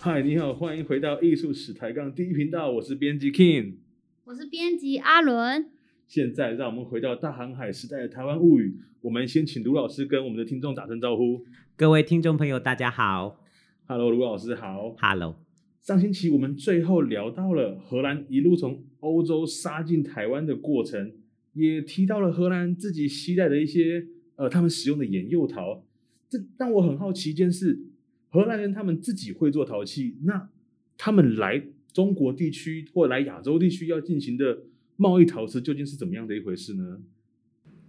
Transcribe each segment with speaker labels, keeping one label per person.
Speaker 1: 嗨，你好，欢迎回到艺术史抬杠第一频道，我是编辑 King。
Speaker 2: 我是编辑阿伦。
Speaker 1: 现在让我们回到大航海时代的台湾物语。我们先请卢老师跟我们的听众打声招呼。
Speaker 3: 各位听众朋友，大家好
Speaker 1: Hello，卢老师好。
Speaker 3: ，Hello，
Speaker 1: 上星期我们最后聊到了荷兰一路从欧洲杀进台湾的过程，也提到了荷兰自己携带的一些呃他们使用的眼釉陶。这让我很好奇一件事：荷兰人他们自己会做陶器，那他们来中国地区或来亚洲地区要进行的贸易陶瓷究竟是怎么样的一回事呢？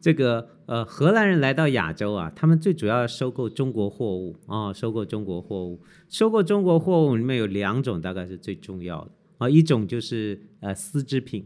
Speaker 3: 这个呃，荷兰人来到亚洲啊，他们最主要收购中国货物哦，收购中国货物，收购中国货物里面有两种，大概是最重要的啊、哦，一种就是呃丝织品，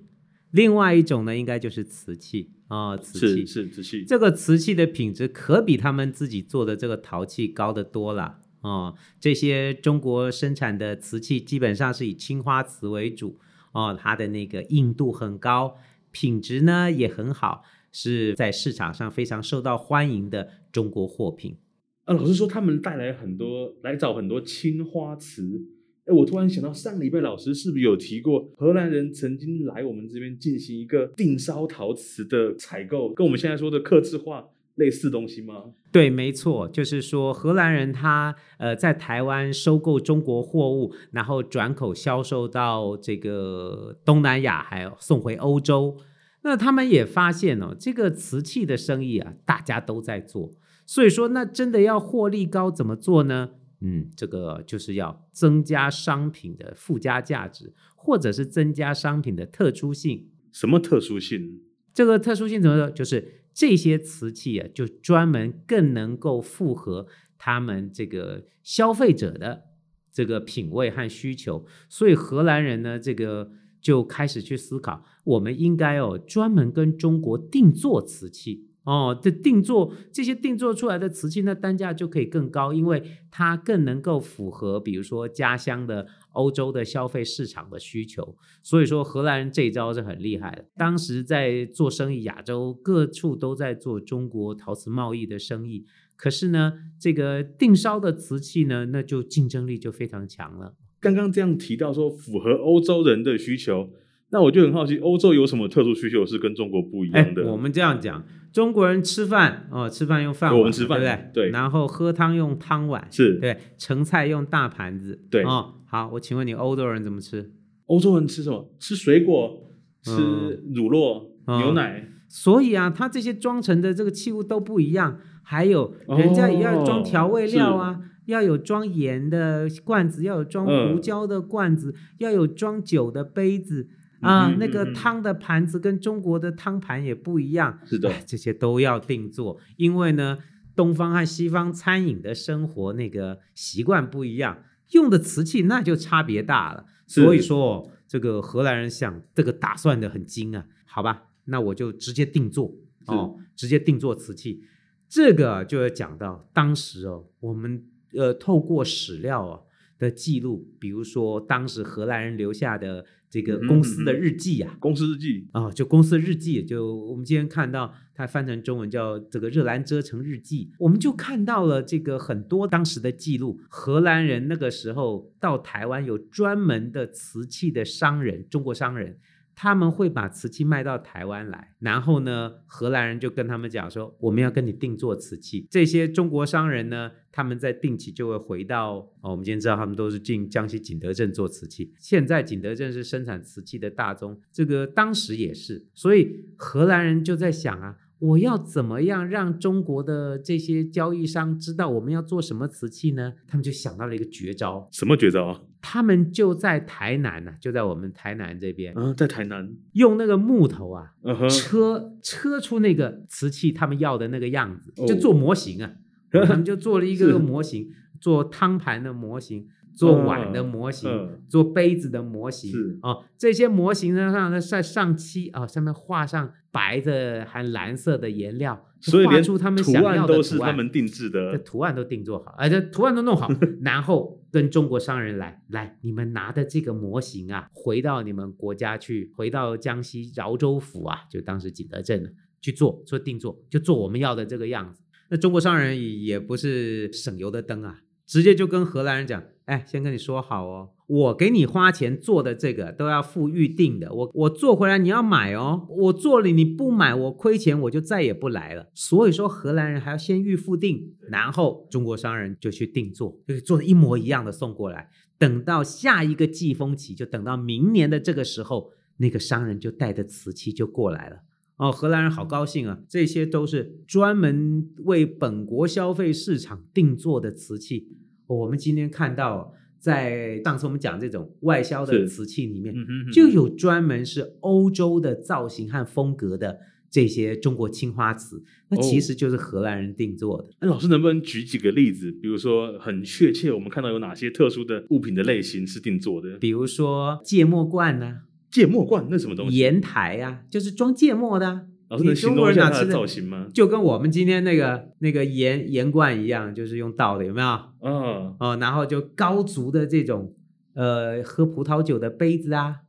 Speaker 3: 另外一种呢，应该就是瓷器啊、哦，瓷器
Speaker 1: 是仔细
Speaker 3: 这个瓷器的品质可比他们自己做的这个陶器高得多了哦。这些中国生产的瓷器基本上是以青花瓷为主哦，它的那个硬度很高，品质呢也很好，是在市场上非常受到欢迎的中国货品。
Speaker 1: 啊，老师说他们带来很多来找很多青花瓷。哎，我突然想到上礼拜老师是不是有提过，荷兰人曾经来我们这边进行一个定烧陶瓷的采购，跟我们现在说的刻字化类似东西吗？
Speaker 3: 对，没错，就是说荷兰人他呃在台湾收购中国货物，然后转口销售到这个东南亚，还有送回欧洲。那他们也发现哦，这个瓷器的生意啊，大家都在做，所以说那真的要获利高，怎么做呢？嗯，这个就是要增加商品的附加价值，或者是增加商品的特殊性。
Speaker 1: 什么特殊性？
Speaker 3: 这个特殊性怎么说？就是这些瓷器啊，就专门更能够符合他们这个消费者的这个品味和需求。所以荷兰人呢，这个就开始去思考，我们应该哦专门跟中国定做瓷器。哦，这定做这些定做出来的瓷器，那单价就可以更高，因为它更能够符合，比如说家乡的欧洲的消费市场的需求。所以说荷兰人这一招是很厉害的。当时在做生意，亚洲各处都在做中国陶瓷贸易的生意。可是呢，这个定烧的瓷器呢，那就竞争力就非常强了。
Speaker 1: 刚刚这样提到说符合欧洲人的需求，那我就很好奇，欧洲有什么特殊需求是跟中国不一样的？
Speaker 3: 哎我们这样讲，中国人吃饭哦、吃饭用饭碗，
Speaker 1: 我们吃饭
Speaker 3: 对不
Speaker 1: 对
Speaker 3: 然后喝汤用汤碗，
Speaker 1: 是
Speaker 3: 对，盛菜用大盘子，
Speaker 1: 对
Speaker 3: 哦。好，我请问你，欧洲人怎么吃？
Speaker 1: 欧洲人吃什么？吃水果，吃
Speaker 3: 嗯
Speaker 1: 乳酪、
Speaker 3: 嗯
Speaker 1: 牛奶。
Speaker 3: 所以啊，它这些装成的这个器物都不一样，还有
Speaker 1: 哦
Speaker 3: 人家也要装调味料啊，要有装盐的罐子，要有装
Speaker 1: 嗯
Speaker 3: 胡椒的罐子，要有装酒的杯子啊，
Speaker 1: 嗯哼
Speaker 3: 那个
Speaker 1: 嗯哼
Speaker 3: 汤的盘子跟中国的汤盘也不一样，
Speaker 1: 是的，
Speaker 3: 哎这些都要定做，因为呢，东方和西方餐饮的生活那个习惯不一样，用的瓷器那就差别大了。
Speaker 1: 是
Speaker 3: 所以说，哦这个荷兰人想这个打算的很精啊，好吧，那我就直接定做哦，直接定做瓷器。这个就要讲到当时哦，我们呃透过史料啊的记录，比如说当时荷兰人留下的这个
Speaker 1: 嗯哼
Speaker 3: 公司的
Speaker 1: 嗯哼
Speaker 3: 日记啊，
Speaker 1: 公司日记
Speaker 3: 啊、就公司日记，就我们今天看到它翻成中文叫这个《热兰遮城日记》，我们就看到了这个很多当时的记录。荷兰人那个时候到台湾有专门的瓷器的商人，中国商人，他们会把瓷器卖到台湾来，然后呢，荷兰人就跟他们讲说，我们要跟你定做瓷器。这些中国商人呢，他们在定期就会回到哦，我们今天知道他们都是进江西景德镇做瓷器。现在景德镇是生产瓷器的大宗，这个当时也是，所以荷兰人就在想啊。我要怎么样让中国的这些交易商知道我们要做什么瓷器呢？他们就想到了一个绝招，
Speaker 1: 什么绝招啊？
Speaker 3: 他们就在台南呢、就在我们台南这边，
Speaker 1: 啊，在台南。
Speaker 3: 用那个木头啊，
Speaker 1: 嗯哼，
Speaker 3: 车车出那个瓷器他们要的那个样子
Speaker 1: 哦，
Speaker 3: 就做模型 啊，他们就做了一
Speaker 1: 是
Speaker 3: 个模型，做汤盘的模型，做碗的模型，
Speaker 1: 嗯
Speaker 3: 做杯子的模型
Speaker 1: 是
Speaker 3: 哦，这些模型呢上呢在上漆啊、上面画上白的含蓝色的颜料，
Speaker 1: 所以
Speaker 3: 画
Speaker 1: 连
Speaker 3: 出他们
Speaker 1: 图
Speaker 3: 想
Speaker 1: 案
Speaker 3: 要的
Speaker 1: 都
Speaker 3: 图
Speaker 1: 是他
Speaker 3: 案
Speaker 1: 们定制
Speaker 3: 这
Speaker 1: 的，
Speaker 3: 图案都定做好，哎，这图案都弄 好，然后跟中国商人来，来，你们拿的这个模型啊，回到你们国家去，回到江西饶州府啊，就当时景德镇了，去做，做定做，就做我们要的这个样子。那中国商人也也不是省油的灯啊，直接就跟荷兰人讲，哎，先跟你说好哦，我给你花钱做的这个都要付预定的，我我做回来你要买哦，我做了你不买我亏钱，我就再也不来了。所以说荷兰人还要先预付定，然后中国商人就去定做，就是做的一模一样的送过来。等到下一个季风期，就等到明年的这个时候，那个商人就带着瓷器就过来了。哦，荷兰人好高兴
Speaker 1: 嗯
Speaker 3: 啊！这些都是专门为本国消费市场定做的瓷器。哦我们今天看到，啊在上次我们讲这种外销的
Speaker 1: 是
Speaker 3: 瓷器里面，
Speaker 1: 嗯哼哼
Speaker 3: 就有专门是欧洲的造型和风格的这些中国青花瓷，那其
Speaker 1: 哦
Speaker 3: 实就是荷兰人定做的。
Speaker 1: 哎那老师能不能举几个例子？比如说很确切，我们看到有哪些特殊的物品的类型是定做的？
Speaker 3: 比如说芥末罐呐、
Speaker 1: 芥末罐那什么东西？
Speaker 3: 盐台啊，就是装芥末的、啊。
Speaker 1: 老师能
Speaker 3: 你
Speaker 1: 形
Speaker 3: 中
Speaker 1: 容
Speaker 3: 国
Speaker 1: 一
Speaker 3: 人
Speaker 1: 下
Speaker 3: 哪
Speaker 1: 它
Speaker 3: 吃
Speaker 1: 的
Speaker 3: 的
Speaker 1: 造型吗？
Speaker 3: 就跟我们今天那个那个盐盐罐一样，就是用倒的，有没有？
Speaker 1: 啊，
Speaker 3: 哦，然后就高足的这种呃喝葡萄酒的杯子啊，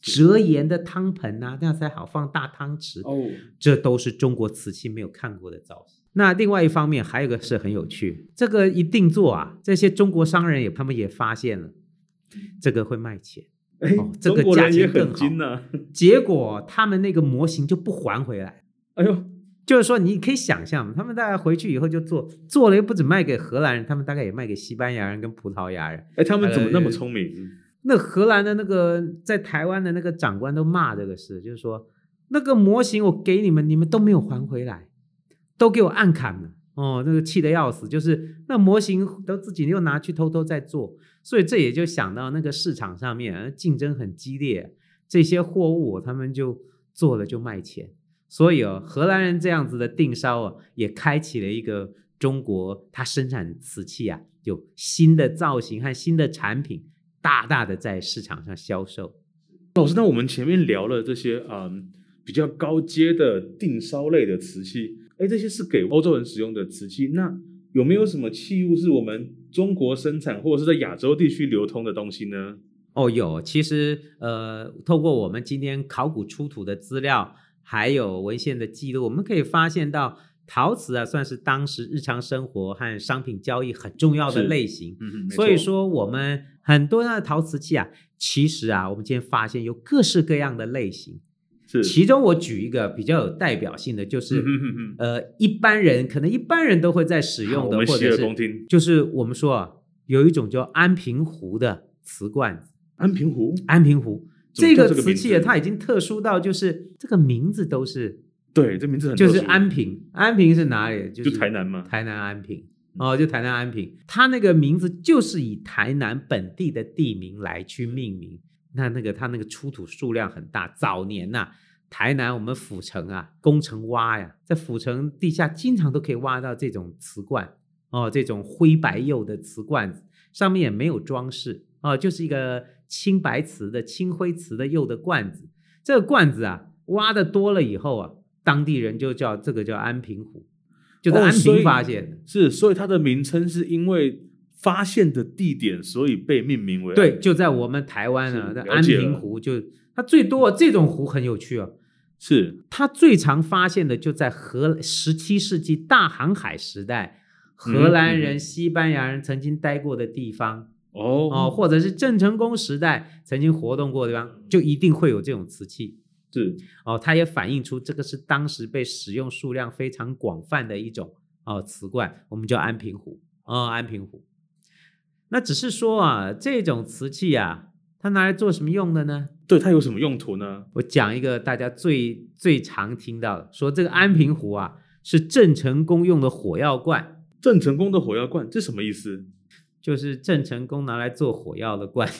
Speaker 3: 折沿的汤盆啊，那样才好放大汤匙。
Speaker 1: 哦，
Speaker 3: 这都是中国瓷器没有看过的造型。那另外一方面，还有一个是很有趣，这个一定做啊，这些中国商人也他们也发现了，这个会卖钱，
Speaker 1: 哎
Speaker 3: 哦，这
Speaker 1: 中
Speaker 3: 个
Speaker 1: 国
Speaker 3: 价
Speaker 1: 人也
Speaker 3: 钱更
Speaker 1: 很精啊呐。
Speaker 3: 结果他们那个模型就不还回来。
Speaker 1: 哎呦，
Speaker 3: 就是说，你可以想象，他们大概回去以后就做，做了又不止卖给荷兰人，他们大概也卖给西班牙人跟葡萄牙人。
Speaker 1: 哎，他们怎么那么
Speaker 3: 呃
Speaker 1: 聪明？
Speaker 3: 那荷兰的那个在台湾的那个长官都骂这个事，就是说那个模型我给你们，你们都没有还回来，都给我暗砍了。哦，那个气得要死，就是那模型都自己又拿去偷偷在做，所以这也就想到那个市场上面呃竞争很激烈，这些货物他们就做了就卖钱，所以哦，荷兰人这样子的定烧啊，也开启了一个中国它生产瓷器啊有新的造型和新的产品，大大的在市场上销售。
Speaker 1: 老师，那我们前面聊了这些，嗯，比较高阶的定烧类的瓷器，哎，这些是给欧洲人使用的瓷器，那有没有什么器物是我们中国生产或者是在亚洲地区流通的东西呢？
Speaker 3: 哦，有，其实呃，透过我们今天考古出土的资料，还有文献的记录，我们可以发现到陶瓷啊，算是当时日常生活和商品交易很重要的
Speaker 1: 是
Speaker 3: 类型。
Speaker 1: 嗯
Speaker 3: 所以，说，我们很多的陶瓷器啊，其实啊，我们今天发现有各式各样的类型。
Speaker 1: 是
Speaker 3: 其中我举一个比较有代表性的，就是、
Speaker 1: 嗯哼哼哼
Speaker 3: 呃，一般人可能一般人都会在使
Speaker 1: 好
Speaker 3: 用
Speaker 1: 我
Speaker 3: 的，
Speaker 1: 们
Speaker 3: 或
Speaker 1: 洗
Speaker 3: 者
Speaker 1: 耳恭
Speaker 3: 是
Speaker 1: 听。
Speaker 3: 就是我们说啊，有一种叫安平壶的瓷罐子，
Speaker 1: 安平湖
Speaker 3: 安平壶
Speaker 1: 怎么
Speaker 3: 这
Speaker 1: 叫
Speaker 3: 个
Speaker 1: 这个
Speaker 3: 瓷
Speaker 1: 名
Speaker 3: 器啊，
Speaker 1: 字
Speaker 3: 它已经特殊到就是这个名字都是
Speaker 1: 对，这名字很
Speaker 3: 就
Speaker 1: 特
Speaker 3: 是
Speaker 1: 殊
Speaker 3: 安平，安平是哪里？就
Speaker 1: 就是台南嗯嘛。
Speaker 3: 台南安平哦，就台南安平，它那个名字就是以台南本地的地名来去命名。那那个它那个出土数量很大，早年呐、台南我们府城啊，工程挖呀，在府城地下经常都可以挖到这种瓷罐哦，这种灰白釉的瓷罐子，上面也没有装饰哦，就是一个青白瓷的青灰瓷的釉的罐子。这个罐子啊，挖的多了以后啊，当地人就叫这个叫安平湖，就在
Speaker 1: 哦
Speaker 3: 安
Speaker 1: 所以
Speaker 3: 平发现的。
Speaker 1: 是，所以它的名称是因为发现的地点，所以被命名为
Speaker 3: 对，就在我们台湾啊
Speaker 1: 是，
Speaker 3: 那
Speaker 1: 了
Speaker 3: 安
Speaker 1: 解
Speaker 3: 平
Speaker 1: 了
Speaker 3: 湖就它最多这种湖很有趣哦，
Speaker 1: 是
Speaker 3: 它最常发现的就在荷十七世纪大航海时代，荷
Speaker 1: 嗯
Speaker 3: 兰
Speaker 1: 嗯
Speaker 3: 人、西班牙人曾经待过的地方哦，
Speaker 1: 哦
Speaker 3: 或者是郑成功时代曾经活动过的地方，就一定会有这种瓷器。
Speaker 1: 是
Speaker 3: 哦，它也反映出这个是当时被使用数量非常广泛的一种哦瓷罐，我们叫安平壶哦，安平壶。那只是说啊，这种瓷器啊，它拿来做什么用的呢？
Speaker 1: 对它有什么用途呢？
Speaker 3: 我讲一个大家最最常听到的，说这个安平壶啊是郑成功用的火药罐，
Speaker 1: 郑成功的火药罐，这什么意思？
Speaker 3: 就是郑成功拿来做火药的罐 子，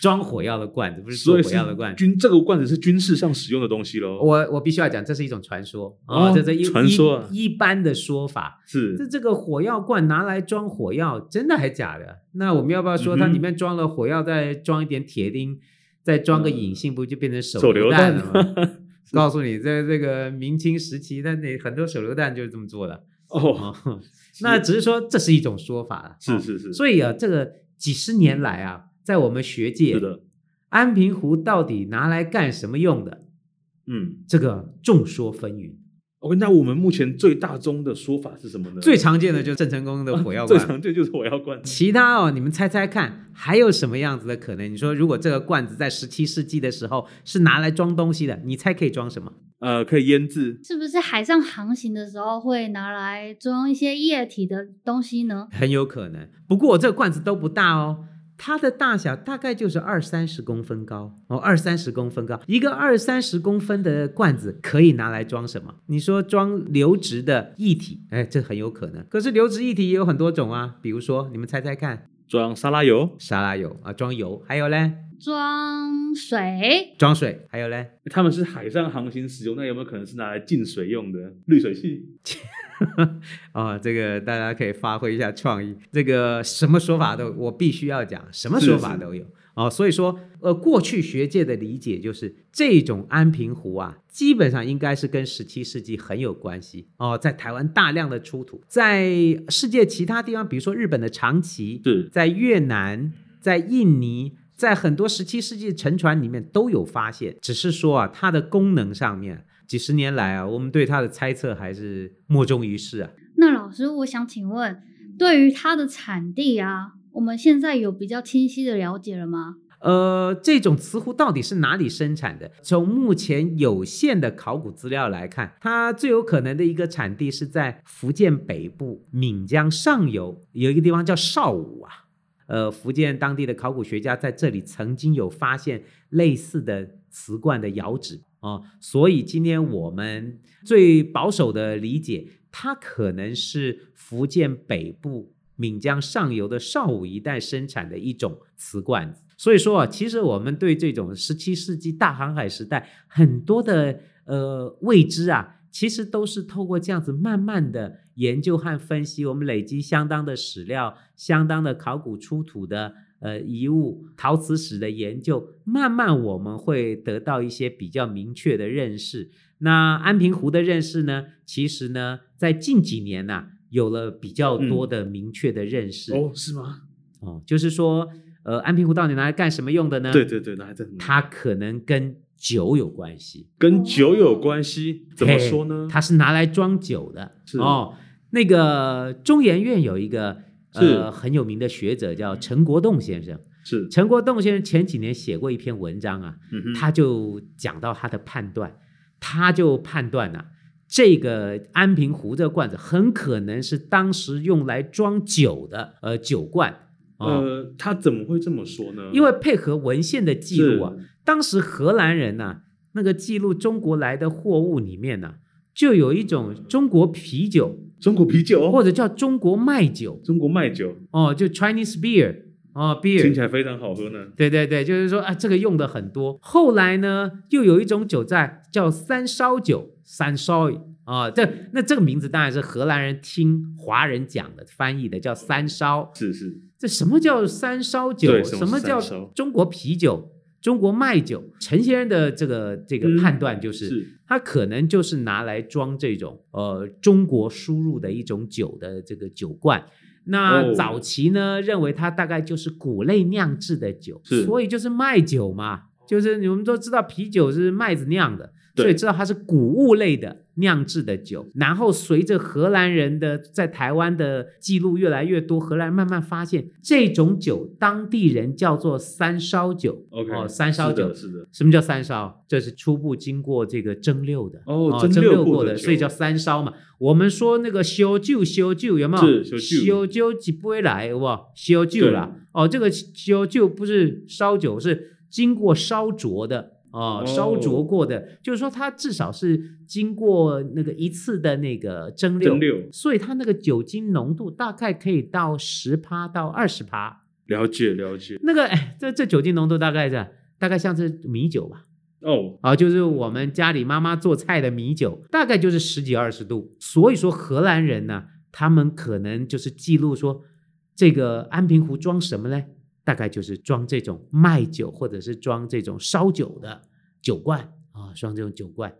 Speaker 3: 装火药的罐子，不是做
Speaker 1: 所以
Speaker 3: 火
Speaker 1: 是
Speaker 3: 药的罐子。哦
Speaker 1: 军这个罐子是军事上使用的东西喽。
Speaker 3: 我我必须要讲，这是一种传说
Speaker 1: 哦
Speaker 3: 啊，这是一
Speaker 1: 传说啊
Speaker 3: 一一般的说法。这
Speaker 1: 是
Speaker 3: 这个火药罐拿来装火药，真的还假的？那我们要不要说它
Speaker 1: 嗯哼
Speaker 3: 里面装了火药，再装一点铁钉，再装个引信，不就变成
Speaker 1: 嗯手
Speaker 3: 手
Speaker 1: 榴
Speaker 3: 榴
Speaker 1: 弹
Speaker 3: 弹了吗？ 告诉你，在这个明清时期，那那很多手榴弹就是这么做的。
Speaker 1: 哦，
Speaker 3: 哦，那只是说这是一种说法了。
Speaker 1: 是
Speaker 3: 哦
Speaker 1: 是是，
Speaker 3: 所以啊，这个几十年来啊，在我们学界
Speaker 1: 是，的，
Speaker 3: 安平湖到底拿来干什么用的？
Speaker 1: 嗯，
Speaker 3: 这个众说纷纭。
Speaker 1: OK，那我们目前最大宗的说法是什么呢？
Speaker 3: 最常见的就是郑成功的火药
Speaker 1: 哦 最
Speaker 3: 罐。
Speaker 1: 常见就是火药 罐。
Speaker 3: 其他哦，你们猜猜看，还有什么样子的可能？你说，如果这个罐子在十七世纪的时候是拿来装东西的，你猜可以装什么？
Speaker 1: 呃，可以腌制，
Speaker 2: 是不是海上航行的时候会拿来装一些液体的东西呢？
Speaker 3: 很有可能。不过这个罐子都不大哦，它的大小大概就是二三十公分高哦，二三十公分高。一个二三十公分的罐子可以拿来装什么？你说装流质的液体，哎，这很有可能。可是流质液体也有很多种啊，比如说你们猜猜看，
Speaker 1: 装沙拉油。
Speaker 3: 沙拉油啊，装油，还有嘞，
Speaker 2: 装水？
Speaker 3: 装水，还有嘞，
Speaker 1: 他们是海上航行使用，那有没有可能是拿来进水用的滤水器？
Speaker 3: 啊、这个大家可以发挥一下创意。这个什么说法都，我必须要讲，什么
Speaker 1: 是
Speaker 3: 说法
Speaker 1: 是
Speaker 3: 都有哦。所以说，呃，过去学界的理解就是，这种安平湖啊，基本上应该是跟十七世纪很有关系哦，在台湾大量的出土，在世界其他地方，比如说日本的长崎，
Speaker 1: 是
Speaker 3: 在越南、在印尼、在很多十七世纪沉船里面都有发现，只是说啊，它的功能上面。几十年来啊，我们对它的猜测还是莫衷一是啊。
Speaker 2: 那老师，我想请问，对于它的产地啊，我们现在有比较清晰的了解了吗？
Speaker 3: 呃，这种瓷壶到底是哪里生产的？从目前有限的考古资料来看，它最有可能的一个产地是在福建北部闽江上游有一个地方叫邵武啊。呃，福建当地的考古学家在这里曾经有发现类似的瓷罐的窑址哦，所以今天我们最保守的理解，它可能是福建北部闽江上游的邵武一带生产的一种瓷罐子。所以说啊，其实我们对这种十七世纪大航海时代很多的呃未知啊，其实都是透过这样子慢慢的研究和分析，我们累积相当的史料、相当的考古出土的呃遗物、陶瓷史的研究，慢慢我们会得到一些比较明确的认识。那安平湖的认识呢，其实呢，在近几年呐、有了比较多的明确的认识、
Speaker 1: 嗯哦，是吗？
Speaker 3: 哦，就是说，呃，安平湖到底拿来干什么用的呢？
Speaker 1: 对，对对，那还在什么？
Speaker 3: 它可能跟酒有关系。
Speaker 1: 跟酒有关系，怎么说呢
Speaker 3: 哦嘿？它是拿来装酒的。
Speaker 1: 嗯是
Speaker 3: 哦，那个中研院有一个
Speaker 1: 是
Speaker 3: 呃很有名的学者叫陈国栋先生，
Speaker 1: 是，
Speaker 3: 陈国栋先生前几年写过一篇文章啊，
Speaker 1: 嗯哼，
Speaker 3: 他就讲到他的判断，他就判断呐、这个安平湖这个罐子很可能是当时用来装酒的，呃，酒罐。哦，
Speaker 1: 呃，他怎么会这么说呢？
Speaker 3: 因为配合文献的记录啊
Speaker 1: 呃是，
Speaker 3: 当时荷兰人呢、那个记录中国来的货物里面呢、就有一种中国啤酒，
Speaker 1: 中国啤酒，
Speaker 3: 或者叫中国麦酒
Speaker 1: 中国麦酒，
Speaker 3: 哦，就 Chinese beer 哦
Speaker 1: 听起
Speaker 3: ，beer。
Speaker 1: 来非常好喝呢。
Speaker 3: 对对对，就是说啊，这个用的很多。后来呢，又有一种酒在叫三烧酒，三烧啊，这那这个名字当然是荷兰人听华人讲的翻译的，叫三烧。
Speaker 1: 是是，
Speaker 3: 这什么叫三烧酒？
Speaker 1: 对什么是
Speaker 3: 什么叫
Speaker 1: 三烧
Speaker 3: 中国啤酒？中国麦酒？陈先生的这个这个
Speaker 1: 嗯
Speaker 3: 判断就是，
Speaker 1: 是
Speaker 3: 它可能就是拿来装这种呃中国输入的一种酒的这个酒罐。那
Speaker 1: 哦
Speaker 3: 早期呢，认为它大概就是谷类酿制的酒，
Speaker 1: 是
Speaker 3: 所以就是麦酒嘛，就是我们都知道啤酒是麦子酿的，
Speaker 1: 对
Speaker 3: 所以知道它是谷物类的酿制的酒。然后随着荷兰人的在台湾的记录越来越多，荷兰人慢慢发现这种酒当地人叫做三烧酒
Speaker 1: OK，
Speaker 3: 哦，三烧
Speaker 1: 是的
Speaker 3: 酒
Speaker 1: 是的，
Speaker 3: 什么叫三烧？这是初步经过这个蒸馏的啊
Speaker 1: 哦蒸馏
Speaker 3: 蒸馏
Speaker 1: 过
Speaker 3: 过
Speaker 1: 的
Speaker 3: 的，
Speaker 1: 酒
Speaker 3: 所以叫三烧嘛。我们说那个烧酒，烧酒有没有？
Speaker 1: 是烧酒
Speaker 3: 酒几杯来，有不？烧酒啦。哦，这个烧酒不是烧酒，是经过烧灼的。哦
Speaker 1: 哦，
Speaker 3: 烧灼过的，就是说它至少是经过那个一次的那个蒸馏，
Speaker 1: 蒸馏
Speaker 3: 所以它那个酒精浓度大概可以到十趴到二十趴。
Speaker 1: 了解了解。
Speaker 3: 那个，哎，这这酒精浓度大概是大概像是米酒吧，
Speaker 1: 哦，
Speaker 3: 啊，就是我们家里妈妈做菜的米酒，大概就是十几二十度。所以说荷兰人呢，他们可能就是记录说，这个安平湖装什么呢？大概就是装这种麦酒或者是装这种烧酒的酒罐啊，装这种酒罐。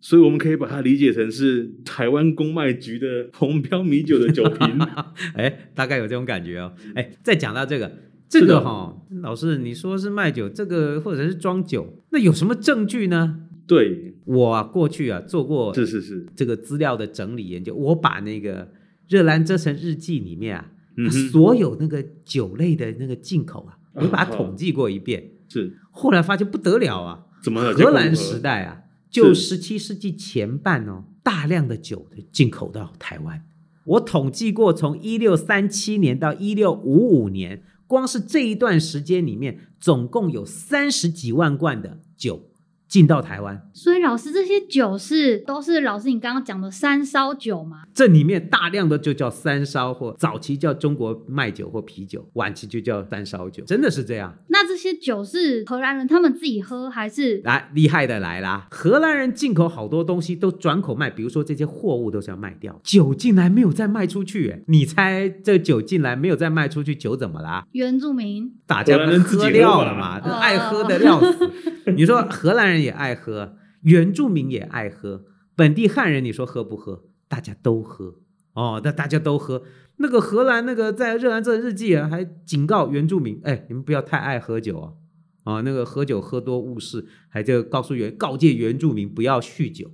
Speaker 1: 所以我们可以把它理解成是台湾公卖局的红标米酒的酒 瓶。
Speaker 3: 哎，大概有这种感觉哦。哎，再讲到这个，这
Speaker 1: 是的
Speaker 3: 个哈、老师你说是卖酒，这个或者是装酒，那有什么证据呢？
Speaker 1: 对，
Speaker 3: 我啊过去啊做过
Speaker 1: 是是是，
Speaker 3: 这个资料的整理研究，我把那个《热兰遮城日记》里面啊，
Speaker 1: 嗯
Speaker 3: 它
Speaker 1: 哼，
Speaker 3: 所有那个酒类的那个进口啊，我把它
Speaker 1: 啊
Speaker 3: 统计过一遍，
Speaker 1: 是
Speaker 3: 后来发现不得了啊，
Speaker 1: 怎么了？
Speaker 3: 荷兰时代啊，
Speaker 1: 是
Speaker 3: 就十七世纪前半哦，大量的酒的进口到台湾。我统计过，从一六三七年到一六五五年，光是这一段时间里面，总共有三十几万罐的酒进到台湾。
Speaker 2: 所以老师这些酒是都是老师你刚刚讲的三烧酒嘛？
Speaker 3: 这里面大量的就叫三烧或早期叫中国麦酒或啤酒，晚期就叫三烧酒，真的是这样。
Speaker 2: 那这些酒是荷兰人他们自己喝还是？
Speaker 3: 来，厉害的来啦！荷兰人进口好多东西都转口卖，比如说这些货物都是要卖掉，酒进来没有再卖出去，哎你猜这酒进来没有再卖出去，酒怎么啦？
Speaker 2: 原住民
Speaker 3: 大家
Speaker 1: 荷兰人自己
Speaker 3: 喝
Speaker 1: 喝
Speaker 3: 掉
Speaker 1: 吧
Speaker 3: 了嘛，
Speaker 2: 哦
Speaker 3: 爱喝的要 死。你说荷兰人也爱喝，原住民也爱喝，本地汉人你说喝不喝？大家都喝哦，那大家都喝。那个荷兰那个在热兰遮日记啊，还警告原住民，哎，你们不要太爱喝酒哦。啊，那个喝酒喝多误事，还就告诉原告诫原住民不要酗酒，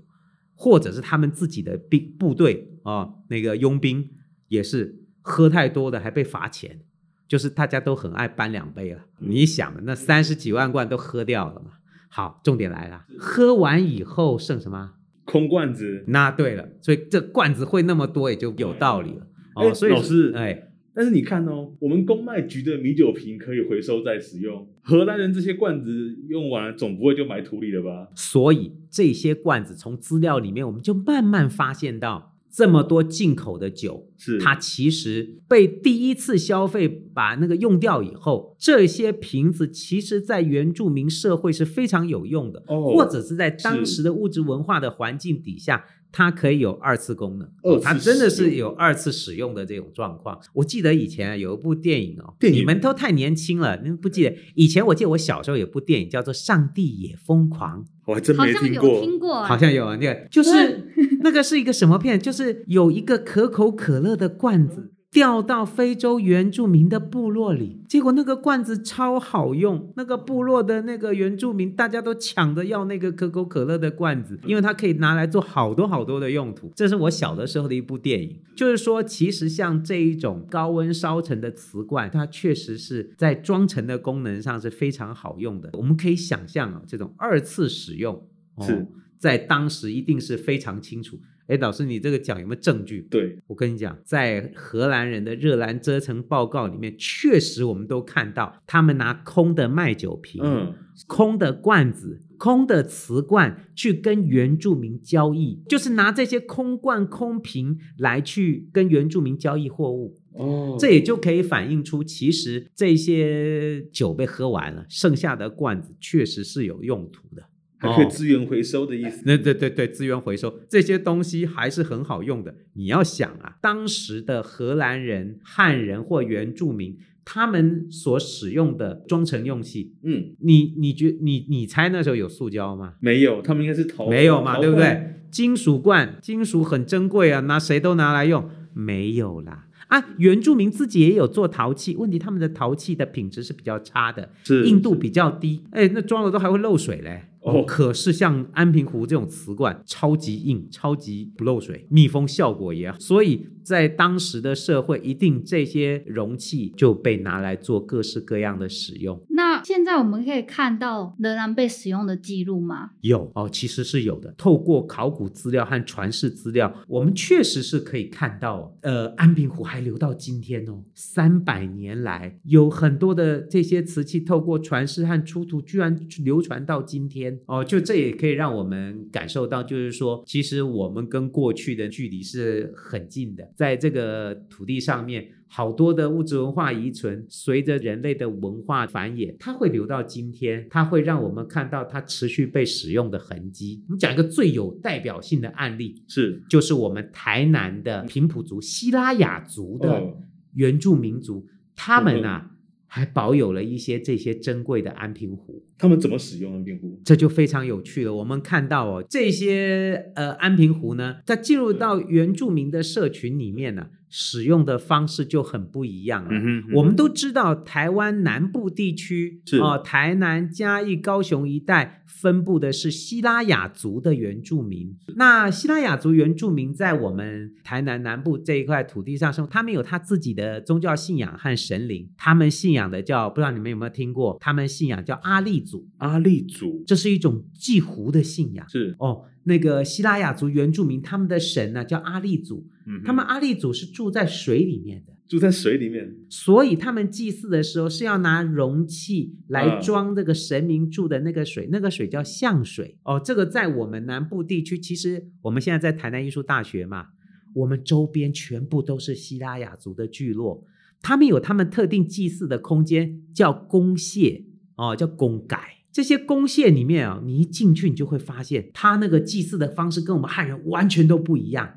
Speaker 3: 或者是他们自己的兵部队啊，那个佣兵也是喝太多的还被罚钱，就是大家都很爱搬两杯了。你想，那三十几万罐都喝掉了嘛？好，重点来了，喝完以后剩什么？
Speaker 1: 空罐子。
Speaker 3: 那对了，所以这罐子会那么多也就有道理了。
Speaker 1: 哎
Speaker 3: 哦，所以
Speaker 1: 老师
Speaker 3: 哎，
Speaker 1: 但是你看哦，我们公卖局的米酒瓶可以回收再使用，荷兰人这些罐子用完了总不会就埋土里了吧？
Speaker 3: 所以这些罐子从资料里面，我们就慢慢发现到这么多进口的酒，
Speaker 1: 是，
Speaker 3: 它其实被第一次消费把那个用掉以后，这些瓶子其实在原住民社会是非常有用的，
Speaker 1: 哦
Speaker 3: 或者是在当
Speaker 1: 是
Speaker 3: 时的物质文化的环境底下。它可以有二次功能，哦
Speaker 1: 二次
Speaker 3: 它真的
Speaker 1: 使
Speaker 3: 是
Speaker 1: 用
Speaker 3: 有二次使用的这种状况。我记得以前有一部电影哦，
Speaker 1: 电影
Speaker 3: 你们都太年轻了，你们不记得？以前我记得我小时候有部电影叫做《上帝也疯狂》，
Speaker 1: 我还真
Speaker 2: 好
Speaker 1: 没
Speaker 2: 像有
Speaker 1: 过。
Speaker 2: 听过，
Speaker 3: 好像有啊，那个就是那个是一个什么片？就是有一个可口可乐的罐子掉到非洲原住民的部落里，结果那个罐子超好用，那个部落的那个原住民大家都抢着要那个可口可乐的罐子，因为它可以拿来做好多好多的用途。这是我小的时候的一部电影，就是说，其实像这一种高温烧成的瓷罐，它确实是在装成的功能上是非常好用的。我们可以想象啊，这种二次使用。哦
Speaker 1: 是
Speaker 3: 在当时一定是非常清楚。哎，老师，你这个讲有没有证据？
Speaker 1: 对，
Speaker 3: 我跟你讲，在荷兰人的热兰遮城报告里面，确实我们都看到他们拿空的麦酒瓶、
Speaker 1: 嗯，
Speaker 3: 空的罐子、空的瓷罐去跟原住民交易，就是拿这些空罐、空瓶来去跟原住民交易货物。
Speaker 1: 哦
Speaker 3: 这也就可以反映出，其实这些酒被喝完了，剩下的罐子确实是有用途的。
Speaker 1: 还可以
Speaker 3: 哦
Speaker 1: 资源回收的意思。
Speaker 3: 那对对对，资源回收这些东西还是很好用的。你要想啊，当时的荷兰人、汉人或原住民，他们所使用的装成用器，
Speaker 1: 嗯，
Speaker 3: 你你觉你你猜那时候有塑胶吗？
Speaker 1: 没有，他们应该是淘
Speaker 3: 没有嘛，
Speaker 1: 淘
Speaker 3: 对不
Speaker 1: 换？
Speaker 3: 对？金属罐，金属很珍贵啊，拿谁都拿来用，没有啦。啊，原住民自己也有做陶器，问题他们的陶器的品质是比较差的，
Speaker 1: 是
Speaker 3: 硬度比较低，哎，那装了都还会漏水嘞。
Speaker 1: 哦
Speaker 3: 可是像安平湖这种瓷罐，超级硬，超级不漏水，密封效果也好，所以在当时的社会，一定这些容器就被拿来做各式各样的使用。
Speaker 2: 那现在我们可以看到仍然被使用的记录吗？
Speaker 3: 有哦，其实是有的。透过考古资料和传世资料，我们确实是可以看到，呃，安平湖还留到今天哦。三百年来，有很多的这些瓷器透过传世和出土，居然流传到今天哦。就这也可以让我们感受到，就是说，其实我们跟过去的距离是很近的，在这个土地上面。好多的物质文化遗存，随着人类的文化繁衍，它会留到今天，它会让我们看到它持续被使用的痕迹。我们讲一个最有代表性的案例，
Speaker 1: 是
Speaker 3: 就是我们台南的平埔族、西拉雅族的
Speaker 1: 哦，
Speaker 3: 原住民族，他们啊还保有了一些这些珍贵的安平壶。
Speaker 1: 他们怎么使用的冰壶？
Speaker 3: 这就非常有趣了。我们看到哦，这些呃安平湖呢，它进入到原住民的社群里面呢、使用的方式就很不一样了。
Speaker 1: 嗯哼，嗯哼
Speaker 3: 我们都知道，台湾南部地区
Speaker 1: 是
Speaker 3: 啊、台南、嘉义、高雄一带分布的是希拉雅族的原住民。那希拉雅族原住民在我们台南南部这一块土地上生活，他们有他自己的宗教信仰和神灵，他们信仰的叫不知道你们有没有听过，他们信仰叫阿利族，
Speaker 1: 阿利族
Speaker 3: 这是一种祭狐的信仰。
Speaker 1: 是，
Speaker 3: 哦，那个希拉雅族原住民他们的神呢、叫阿利族，
Speaker 1: 嗯哼
Speaker 3: 他们阿利族是住在水里面的。
Speaker 1: 住在水里面，
Speaker 3: 所以他们祭祀的时候是要拿容器来
Speaker 1: 嗯
Speaker 3: 装这个神明住的那个水，那个水叫象水哦。这个在我们南部地区，其实我们现在在台南艺术大学嘛，我们周边全部都是希拉雅族的聚落，他们有他们特定祭祀的空间，叫公榭哦，叫公改。这些公榭里面啊，你一进去，你就会发现，他那个祭祀的方式跟我们汉人完全都不一样。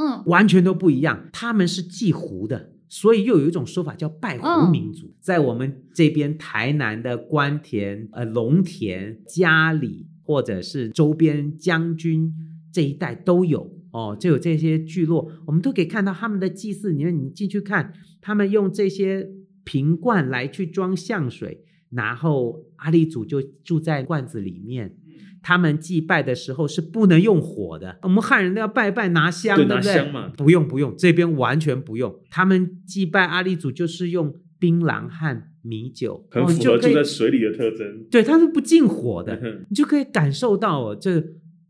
Speaker 2: 嗯，
Speaker 3: 完全都不一样。他们是祭狐的，所以又有一种说法叫拜狐民族。在我们这边台南的关田、呃龙田、嘉里，或者是周边将军这一带都有哦，就有这些聚落，我们都可以看到他们的祭祀。你看，你进去看，他们用这些瓶罐来去装香水，然后阿里祖就住在罐子里面。他们祭拜的时候是不能用火的，我们汉人都要拜拜拿香，
Speaker 1: 对
Speaker 3: 对哦不对？
Speaker 1: 拿香嘛
Speaker 3: 不用不用，这边完全不用。他们祭拜阿里祖就是用槟榔和米酒，
Speaker 1: 很
Speaker 3: 哦你
Speaker 1: 符
Speaker 3: 就
Speaker 1: 合
Speaker 3: 可
Speaker 1: 住
Speaker 3: 以
Speaker 1: 在水里的特征。
Speaker 3: 对，它是不进火的。
Speaker 1: 嗯
Speaker 3: 你就可以感受到哦，这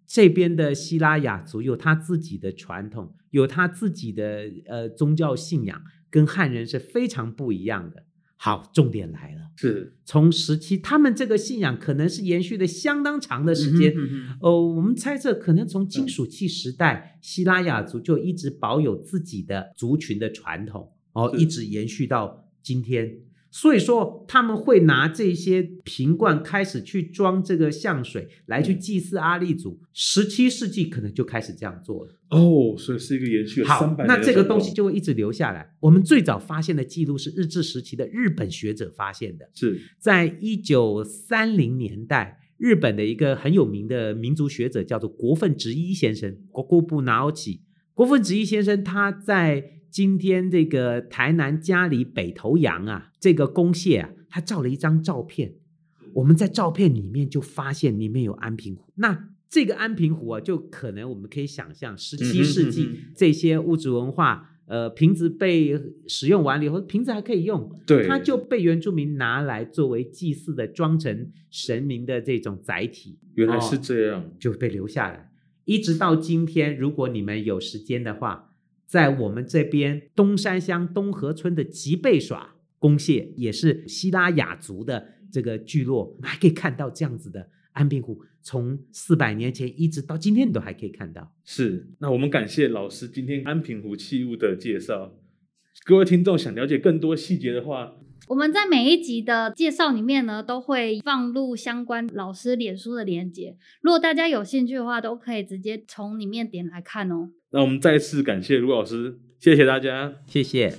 Speaker 3: 这边的希拉雅族有他自己的传统，有他自己的呃宗教信仰，跟汉人是非常不一样的。好，重点来了，
Speaker 1: 是
Speaker 3: 从时期他们这个信仰可能是延续的相当长的时间。
Speaker 1: 嗯
Speaker 3: 哦，我们猜测可能从金属器时代，希拉雅族就一直保有自己的族群的传统，哦，
Speaker 1: 是
Speaker 3: 一直延续到今天。所以说，他们会拿这些瓶罐开始去装这个香水，来
Speaker 1: 嗯
Speaker 3: 去祭祀阿利族。十七世纪可能就开始这样做了。
Speaker 1: 哦，所以是一个延续了
Speaker 3: 好
Speaker 1: 三百，
Speaker 3: 那这个东西就会一直留下来。我们最早发现的记录是日治时期的日本学者发现的。
Speaker 1: 是
Speaker 3: 在一九三零年代，日本的一个很有名的民族学者叫做国分直一先生，国库布脑起。国分直一先生他在今天这个台南嘉里北头洋啊这个公蟹啊，他照了一张照
Speaker 1: 嗯
Speaker 3: 片。我们在照片里面就发现里面有安平湖。那这个安平湖啊，就可能我们可以想象，十七世纪
Speaker 1: 嗯哼嗯哼
Speaker 3: 这些物质文化，呃，瓶子被使用完了以后，瓶子还可以用，
Speaker 1: 对
Speaker 3: 它就被原住民拿来作为祭祀的装成神明的这种载体，
Speaker 1: 原来是
Speaker 3: 哦
Speaker 1: 这样，
Speaker 3: 就被留下来，一直到今天。如果你们有时间的话，在我们这边东山乡东河村的吉贝耍公蟹，也是希拉雅族的这个聚落，我们还可以看到这样子的安平湖，从四百年前一直到今天，你都还可以看到。
Speaker 1: 是，那我们感谢老师今天安平湖器物的介绍。各位听众想了解更多细节的话，
Speaker 2: 我们在每一集的介绍里面呢，都会放入相关老师脸书的连接，如果大家有兴趣的话，都可以直接从里面点来看哦。
Speaker 1: 那我们再次感谢卢老师，谢谢大家。
Speaker 3: 谢谢。